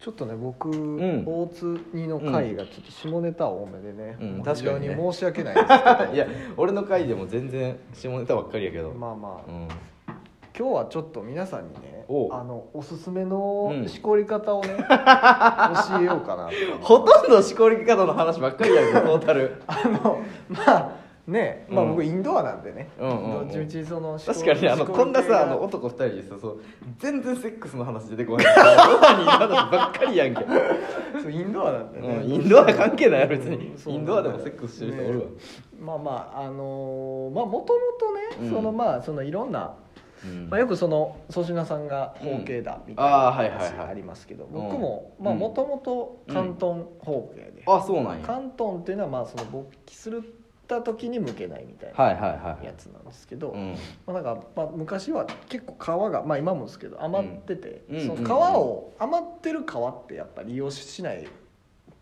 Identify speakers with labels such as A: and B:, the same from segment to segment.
A: ちょっとね僕、
B: ん
A: 大津2の回がちょっと下ネタ多めでね、
B: うん
A: もう
B: 確かにね
A: 非常に申し訳ないですけど
B: いや俺の回でも全然下ネタばっかりやけど、
A: まあまあ、
B: うん、
A: 今日はちょっと皆さんにね
B: おう
A: あのおすすめ
B: う
A: の
B: ん
A: しこり方 をね、教えようかなと
B: ほとんどしこり方の話ばっかりやけどトータル
A: あのまあねまあ
B: うん
A: 僕インドアなんでね、
B: うんうんう
A: ど
B: ん
A: っちみちそのしこ
B: 確かにねあの
A: し
B: こ
A: り
B: ん
A: 系
B: なさ
A: が
B: あの男二人でさそう全然セックスの話出てこないからロマンになる話ばっかりやんけ、
A: そうインドアなんでね、
B: うん、インドア関係ないやろ別に
A: うんそう
B: インドアでもセックスしてる人おるわ、
A: ねまあまああのーまあもともとね、
B: うん
A: そのまあそのいろんな、
B: うん
A: まあ、よくその粗品さんが包茎だみたい
B: あ
A: な
B: ーはいはいはい
A: 話ありますけど、
B: ん
A: 僕もまあ
B: うん
A: もともと関東包茎で、
B: あそうなんや
A: 関東っていうのはまあその勃起するった時に向けないみたいな
B: はいはいはい
A: やつなんですけど、
B: うん
A: まあ、なんか、まあ、昔は結構皮が、まあ、今もですけど余ってて、
B: うん
A: そ
B: うん
A: の皮を余ってる皮ってやっぱ利用しない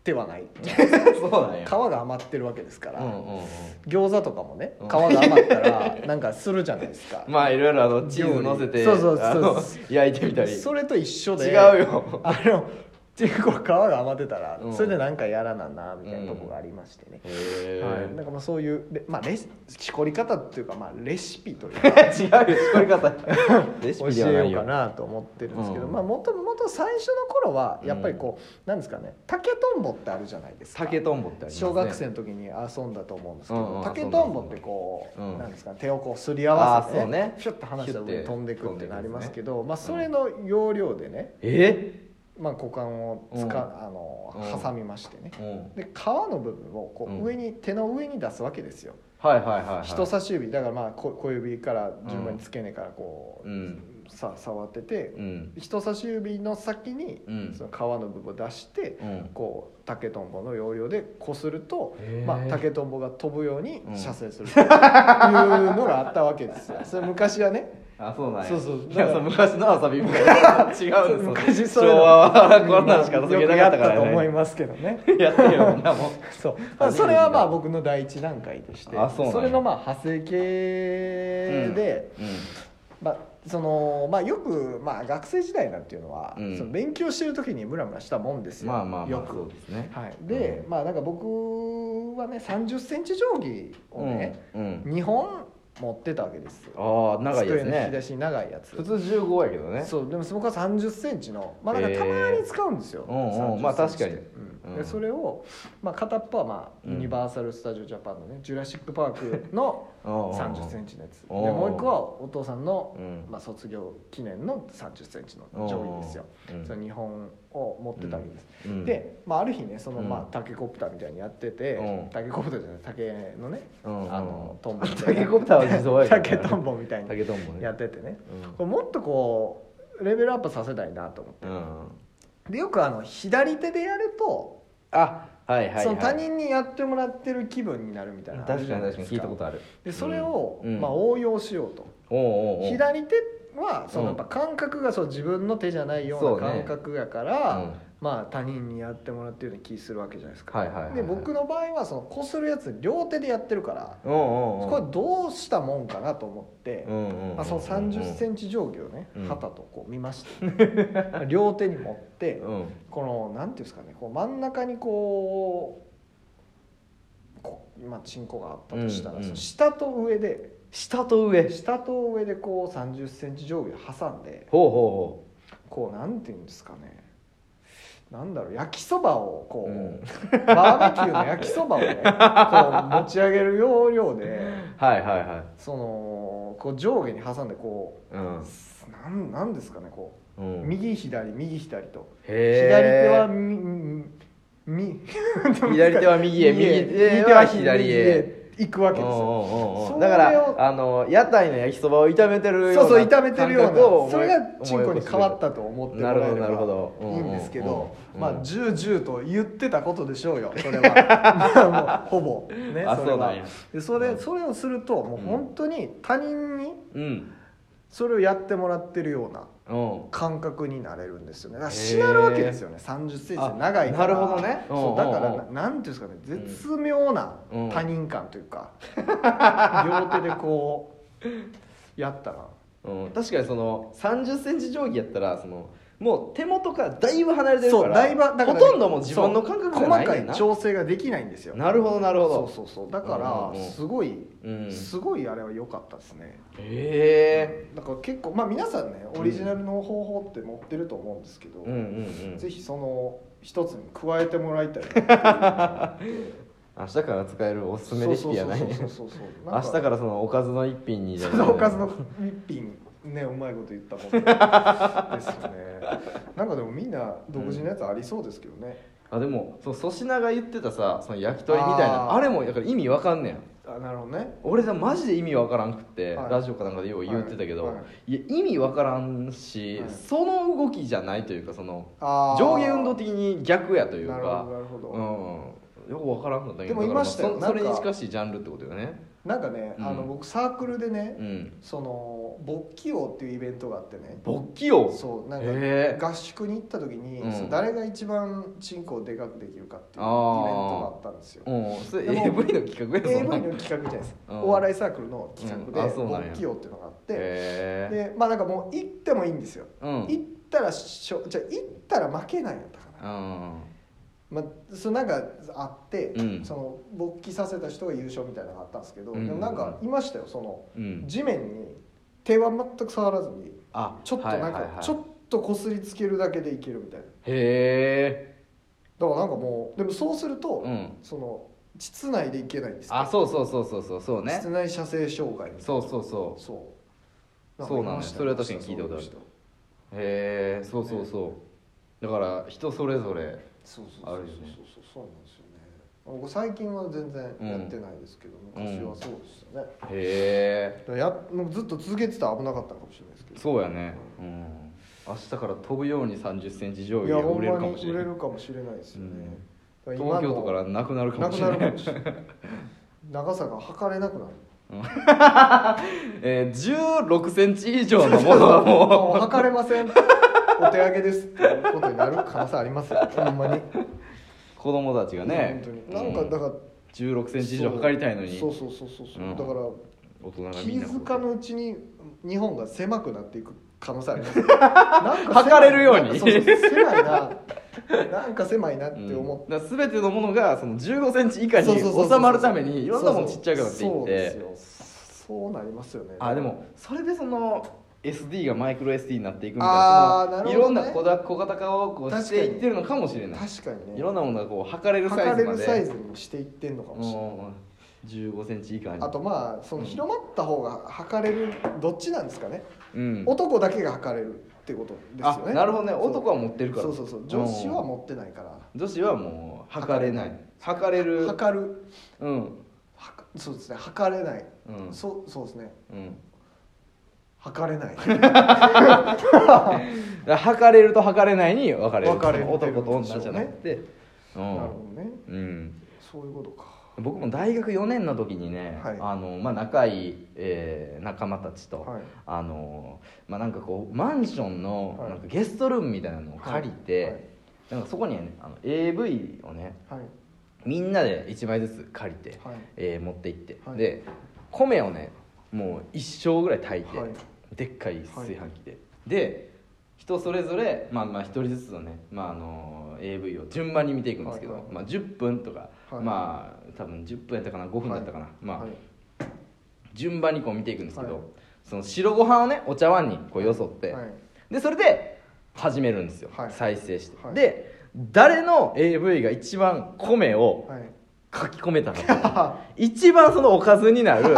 A: 手はない
B: そうなんや
A: 皮が余ってるわけですから、
B: うんうんうん
A: 餃子とかもね
B: うん
A: 皮が余ったらなんかするじゃないですか、
B: まあいろいろあのチーズ乗せて
A: そうそうそう
B: あの焼いてみたり
A: それと一緒で
B: 違うよ
A: あの結構皮が余ってたら、
B: うん
A: それでなんかやらななみたいなとこがありましてね、
B: へ
A: はい、なんかまあそういうレまあ、レシしこり方っていうか、まあ、レシピというか
B: え違うよしこ り方レシ
A: 教
B: ピでは
A: え
B: な
A: よ
B: いう
A: か
B: よ
A: なと思ってるんですけど、
B: うん
A: まあもともと最初の頃はやっぱりこう、なんですかね竹とんぼってあるじゃないですか
B: 竹とんぼってありますね
A: 小学生の時に遊んだと思うんですけど、
B: うんうん
A: 竹とんぼってこう、
B: うん
A: なんですかね手をこうすり合わせて、
B: あーそうね
A: ピュッと離した上に飛んでくってなりますけど、まあ
B: 飛
A: そ
B: んで
A: れ
B: く
A: の要領でね、
B: え
A: まあ、股間をつか、あ
B: う
A: の
B: ん
A: 挟みましてね、
B: うん
A: で皮の部分をこ
B: うん
A: う上に、手の上に出すわけですよ
B: はいはいはいはい
A: 人差し指だからまあ小小指から順番に付け根からこう、
B: うん
A: さ触ってて
B: うん
A: 人差し指の先に
B: うん
A: その皮の部分を出して、
B: うん
A: こう竹とんぼの要領でこすると
B: へ、ー
A: まあ、竹とんぼが飛ぶように
B: うん
A: 射精するというのがあったわけですよ。それ昔はね
B: あそうなんや
A: そうそう
B: いやそう昔の遊びみたいな 違うんです
A: 昔
B: そ
A: そうういうの
B: 昭和 はこんなのしか遊べ
A: よく
B: なかったか
A: やったと
B: ら
A: 思い
B: ね
A: ますけどね。
B: やってるよみんなも
A: そうまあ、それはまあ僕の第一段階でして
B: あそうなんや
A: れのまあ派生系で、
B: う
A: まあそのまあ、よく、まあ、学生時代なんていうのは、
B: うん
A: その勉強してる時にムラムラしたもんです
B: ん
A: よ、
B: まあまあま
A: よ
B: あ
A: く
B: そうですね
A: はい、で、まあなんか僕はね3 0ンチ定規をね、
B: うんうん
A: 2本持ってたわけです
B: ああ長いです
A: 机の引き出
B: ね
A: しに長いやつ
B: 普通15やけどね
A: そうでもそこは3 0ンチのまあなんかたまに使うんですよ、
B: えーうんうん
A: 30
B: まあ確か
A: セン
B: に
A: チってうん
B: うん
A: でそれを、まあ、片っぽは、まあ
B: うん
A: ユニバーサル・スタジオ・ジャパンのねジュラシック・パークの3 0ン
B: チ
A: チのやつで
B: おうおう
A: もう一個はお父さんの、
B: うん
A: まあ、卒業記念の3 0ンチの定規ですよその2本を持ってたわけです、で、まあ、ある日ねその、
B: うん
A: まあ、タケコプターみたいにやってて、
B: うん
A: タケコプターじゃない竹のね、
B: あ
A: あのトンボみた
B: タ
A: いな
B: ケコプターは地蔵や
A: 竹とんぼみたいに
B: 竹とんぼね
A: やっててね
B: うん
A: これもっとこうレベルアップさせたいなと思って、
B: うん
A: でよくあの左手でやると、
B: あはいはいはい
A: その他人にやってもらってる気分になるみたいな
B: 確かに確かに聞いたこと
A: あるじゃない
B: ある
A: ですでそれを、
B: うん
A: まあ、応用しようと、
B: おうおうおう
A: 左手はそのや
B: う
A: っ
B: ん
A: ぱ感覚がそう自分の手じゃないような
B: そうね
A: 感覚やから、
B: うん
A: まあ他人にやってもらってるような気するわけじゃないですか、
B: はいはいはいはい
A: で僕の場合はそのこするやつ両手でやってるから、
B: おうおうおう
A: これどうしたもんかなと思って、
B: うんうんうん
A: まあ、その3 0ンチ定規をね、
B: うん
A: 旗とこう見まして、 両手に持って、
B: うん
A: このなんていうんですかねこう真ん中にこうこうまあチンコがあったとしたら、
B: うんうん
A: その下と上で
B: 下と上ほう
A: 下と上でこう3 0ンチ定規を挟んで
B: ほ
A: こうなんていうんですかねなんだろう焼きそばを
B: うほ
A: こ
B: う
A: う、
B: うん
A: バーベキューの焼きそばを ねこう持ち上げる要領で
B: はいはいは
A: そのこう上下に挟んでこ
B: いうん
A: うなんなんですかねこ
B: う
A: うん右左右左と左手は
B: へ
A: みみ
B: 左手は右へ右手は左へ
A: 行くわ
B: え
A: けですよそれを
B: だからあの屋台の焼きそばを炒めてるよ
A: そうう
B: な
A: そう炒めてるよ
B: 感覚を
A: う
B: 思
A: ないそれがチンコに変わったと思ってもらえれば
B: なるほどなるほどうん
A: いいんですけど
B: うん
A: ま
B: う
A: あ
B: ん
A: 十十と言ってたことでしょう よそれは まあもうほぼね
B: あ
A: それ
B: そうな
A: は
B: んや
A: でそれそれをするともう本当に他人に
B: うん
A: それをやってもらってるような
B: うん
A: 感覚になれるんですよねだからしなるわけですよね3 0ンチ長いから
B: あなるほどね
A: そううんだから
B: うん
A: ななんていうんですかね絶妙な
B: うん
A: 他人感という か、両手でこうやったら
B: うん、確かにその3 0ンチ定規やったらそのもう手元からだいぶ離れてるから
A: そうだいぶだから
B: ほとんどもう自分の感覚じゃな
A: 細
B: い
A: か
B: ねん
A: い
B: な
A: 調整ができないんですよ
B: なるほどなるほど
A: そうそうそうだか
B: うんうん
A: ら
B: うん
A: すごい、
B: うん
A: すごいあれは良かったですね
B: へえ
A: だから結構まあ皆さんねオリジナルの方法って持ってると思うんですけど、
B: うんうんうん
A: ぜひその一つに加えてもらいたいなっていうのがあって
B: 明日から使えるおすすめレシピやないね
A: そうそうそうそうそう
B: 明日からそのおかずの一品にじゃない
A: おかずの一品ねうまいこと言ったもんですよね なんかでもみんな独自のやつありそうですけどね、
B: あでもその粗品が言ってたさその焼き鳥みたいな
A: あー
B: あれもだから意味わかんねん
A: あなるほどね
B: 俺さマジで意味わからんくって、
A: はい
B: ラジオかなんかでよう言ってたけど、
A: はい
B: い
A: は
B: や意味わからんし、
A: はい
B: その動きじゃないというかその
A: あー
B: 上下運動的に逆やという
A: なるほ
B: か
A: どなるほど、
B: うんよくわからんかったけ
A: で
B: ど
A: もいましたよ
B: だからあ
A: な
B: そ
A: ん
B: それ
A: か
B: に近しいジャンルってことよね
A: なんかね、あの
B: うん
A: 僕サークルでね、
B: うん
A: その勃起王っていうイベントがあってね
B: 勃起を
A: そうなん
B: へー
A: か合宿に行った時に、
B: うん
A: そう誰が一番チンコをでかくできるかっていうイベン
B: あー
A: トがあったんですよ
B: うんそれ
A: でも
B: AV の企画や
A: AV
B: そん
A: の
B: な
A: 企画みたいです、
B: うん
A: お笑いサークルの企画
B: うんあ
A: で
B: そうなんや
A: 勃起王っていうのがあって、
B: へえ
A: でまあなんかもう行ってもいいんですよ、
B: うん
A: 行ったらしょじゃあ行ったら負けないんだったかな、
B: うん
A: まあ、そのなんかあって、
B: うん
A: その勃起させた人が優勝みたいなのがあったんですけど、
B: うん
A: でもなんかいましたよその
B: うん
A: 地面に手は全く触らずに
B: あ
A: ちょっとなん
B: はいはい
A: か
B: はい
A: ちょっとこすりつけるだけでいけるみたいな
B: へ
A: だからなんかもうでもそうすると、
B: えうん
A: その室内でいけないんですよ
B: あそうそうそうそうそうそうね
A: 室内射精障害みたいな
B: そうそうそ
A: そう
B: そうなのよ
A: んかいました
B: それは確かに聞いたことあるうへえそうそうそうだから人それぞれ
A: そうそう
B: あ
A: そう
B: る
A: そう
B: よね
A: そうそうなんですよね僕最近は全然やってないですけど、
B: うん
A: 昔はそうですよね、
B: へえ
A: だからやもうずっと続けてたら危なかったのかもしれないですけど
B: そうやねうん明日から飛ぶように3 0ンチ上
A: い
B: 下
A: や
B: が
A: ほ
B: 売
A: ん
B: れる
A: ま
B: か
A: に
B: もしれ
A: 売
B: な
A: れ
B: い
A: るかもしれないですよね、だら今の
B: 東京都からなくなるか
A: な
B: も
A: く
B: し
A: な
B: れ
A: るか
B: ない
A: もしれない長さが測れなくなる
B: え1 6ンチ以上の ものはもう
A: もう測れませんお手上げですっていうことになる可能性ありますよほんまに
B: 子供たちがね
A: 本当になんかだから
B: 1 6ンチ以上測りたいのに
A: そうそうそうそうそう、
B: うん
A: だから
B: 大人が
A: 気
B: みんな
A: づかぬうちに日本が狭くなっていく可能性あります よなん狭い
B: 測れるよう
A: な
B: に
A: んかそうそう狭いななんか狭いなって思って、
B: うん、だから全てのものがその1 5ンチ以下に
A: そうそうそうそう
B: 収まるためにいろんなものちっちゃくなってい
A: そ
B: っ
A: うです
B: て
A: よそうなりますよね
B: あでもそれでその SD がマイクロ SD になっていくみたい
A: あー
B: そ
A: なるほど
B: の
A: ね
B: いろんな小だ小型化をこう
A: 確かに
B: していってるのかもしれない
A: 確かにね
B: いろんなものがこう測れるサイ
A: 測
B: ズ
A: れ
B: ま
A: る
B: で
A: サイズにしていってんのかもしれない
B: 1 5ンチ以下に
A: あとまあその広まった方が測れるどっちなんですかね、
B: うん、
A: 男だけが測れるってことですよね
B: あなるほどね
A: そう
B: 男は持ってるから
A: そうそうそう女子は
B: も
A: 持ってないから
B: 女子はもう測れない測れる
A: 測る
B: うん
A: はかそうですね測れない、
B: うん
A: そうそうですね
B: うん
A: 測れない
B: だから測れると測れないに分かれる
A: 分かれる
B: その男と女じゃなくて、う
A: なる
B: ん
A: ほどね
B: うん、
A: そういうことか
B: 僕も大学4年の時にね、
A: はい
B: あのまあ、仲いい、えー仲間たちと、
A: はい
B: あのまあ、なんかこうマンションの
A: はい
B: なんかゲストルームみたいなのを借りて、
A: はいはい
B: なんかそこにはねあの AV をね
A: はい
B: みんなで1枚ずつ借りて、
A: はい
B: えー持って行って、
A: はい
B: で米をねもう一升ぐらい炊いて、
A: はい
B: でっかい炊飯器で、で人それぞれまあまあ一人ずつのね、まああの AV を順番に見ていくんですけど、
A: はいはい
B: まあ、10分とか、
A: はい
B: まあ多分10分やったかな5分だったかな、まあ、
A: はい
B: 順番にこう見ていくんですけど、
A: はい
B: その白ご飯をねお茶碗にこうよそって、
A: はい
B: でそれで始めるんですよ、
A: はい
B: 再生して、
A: はい
B: で誰の AV が一番米を
A: はい
B: 書き込めたかと 一番そのおかずになる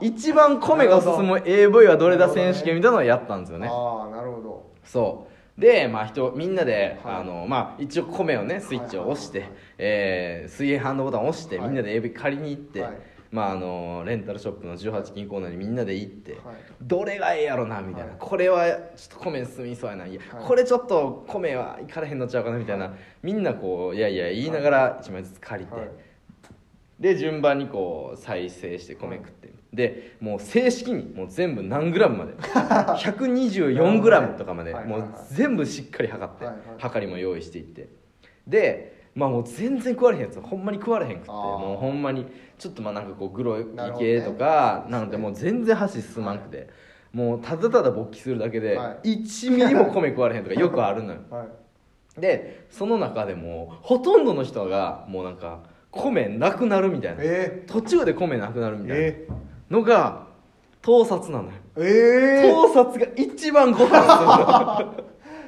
B: 一番米が進む AV はどれだ選手権みたいなのをやったんですよね
A: ああなるほど
B: そうで、まあ、人みんなで、
A: はい
B: あのまあ、一応米をねスイッチを押して、
A: はいはいはい
B: えー水泳ハンドボタンを押して、
A: はい
B: みんなで AV 借りに行って、
A: はい
B: まあ、あのレンタルショップの18金コーナーにみんなで行って、
A: はい
B: どれがええやろなみたいな、
A: はい
B: これはちょっと米進みそうやないや、
A: はい
B: これちょっと米はいかれへんのちゃうかなみたいな、みんなこういやいや言いながら1枚ずつ借りて、
A: はい
B: で順番にこう再生して米食って、でもう正式にもう全部何グラ ムまで124グラムとかまで
A: はい
B: も
A: はいうはい
B: 全部しっかり測って
A: はいはい
B: 測りも用意していってでまあもう全然食われへんやつほんまに食われへんくって
A: あー
B: もうほんまにちょっとまあなんかこうグロい
A: なるほどね
B: 系とか
A: そうですね
B: なのでもう全然箸進まんくて、もうただただ勃起するだけで
A: は
B: 1ミリも米食われへんと かよくあるのよ
A: はい
B: でその中でもほとんどの人がもうなんか米なくなるみたいな
A: え
B: 途中で米なくなる
A: ー、
B: みたいな
A: え
B: のが盗撮なのよ
A: ー、え
B: 盗撮が一番ご飯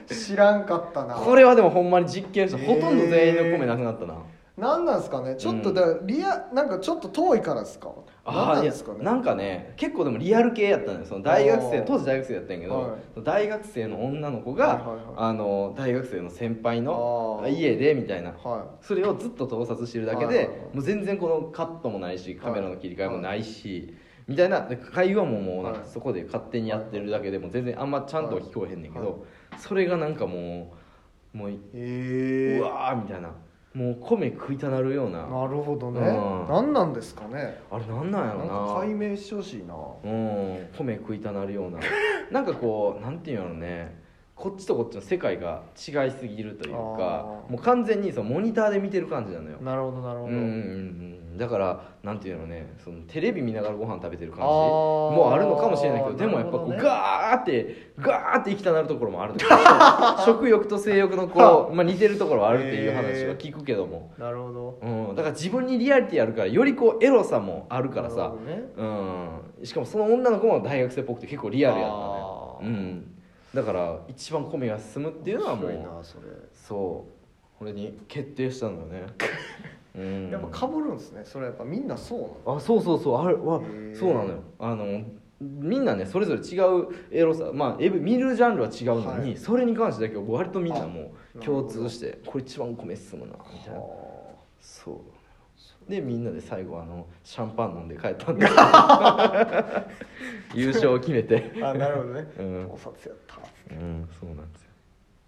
B: す
A: ー、知
B: る
A: らんかった な
B: これはでもほんまに実験した
A: え
B: ほ
A: ー
B: とんど全員の米なくなったな
A: なんなんですかねちょっ
B: う
A: と
B: ん
A: だ、リアなんかちょっと遠いからですか
B: あ
A: なん
B: あ
A: ないん
B: や
A: ですかね
B: なんかね結構でもリアル系やったのよその大学生
A: あー
B: 当時大学生やったんやけど、
A: は
B: 大学生の女の子
A: はい
B: が、
A: はいはい
B: あの大学生の先輩の
A: あー
B: 家でみたいな
A: は
B: それをずっと盗撮してるだけで、
A: はいはいはい
B: もう全然このカットもないしカメラの切り替えもないし、みたいなで会話ももうなんか
A: はい
B: そこで勝手にやってるだけでもう全然あんまちゃんとは聞こえへんねんけど、
A: はい
B: それがなんかもうもう
A: いえー、
B: うわーみたいなもう米食いたなるような
A: なるほどね、
B: うん
A: なんなんですかね
B: あれなんなん
A: な
B: やろ
A: ん
B: な
A: か解明してほしいな
B: うん米食いたなる ようななんかこうなんていうんやろねこっちとこっちの世界が違いすぎるというか
A: あー
B: もう完全にそのモニターで見てる感じなのよ
A: なるほどなる
B: う
A: ほ
B: ん
A: ど、
B: うんうんうんだからなんていうのねそのテレビ見ながらご飯食べてる感
A: あ
B: じ
A: ー
B: もあるのかもしれないけどでもやっぱこう、
A: なるほどね
B: ガーってガーって行きたなるところもある とか食欲と性欲のこう、まあ、似てるところはあるっていう話は聞くけども、
A: なるほど
B: うん、だから自分にリアリティあるからよりこうエロさもあるから
A: なる
B: さ
A: ほどね
B: うん、しかもその女の子も大学生っぽくて結構リアルやったね、うん、だから一番米が進むっていうのはも
A: 面白いうなそれ、
B: そうこれに決定したん だよね、うん、
A: やっぱかぶるんですねそれやっぱみんなそうなの
B: あそうそうそうあれわ
A: へー
B: そうなのよあのみんなねそれぞれ違うエロさまあエブ見るジャンルは違うのに、
A: はい
B: それに関してだけは割とみんなもう
A: あ
B: 共通してこれ一番米進むなみたいな
A: は
B: そうでみんなで最後あのシャンパン飲んで帰った んで優勝を決めて
A: ああなるほどね
B: うん
A: 盗撮やった
B: うんそうなんです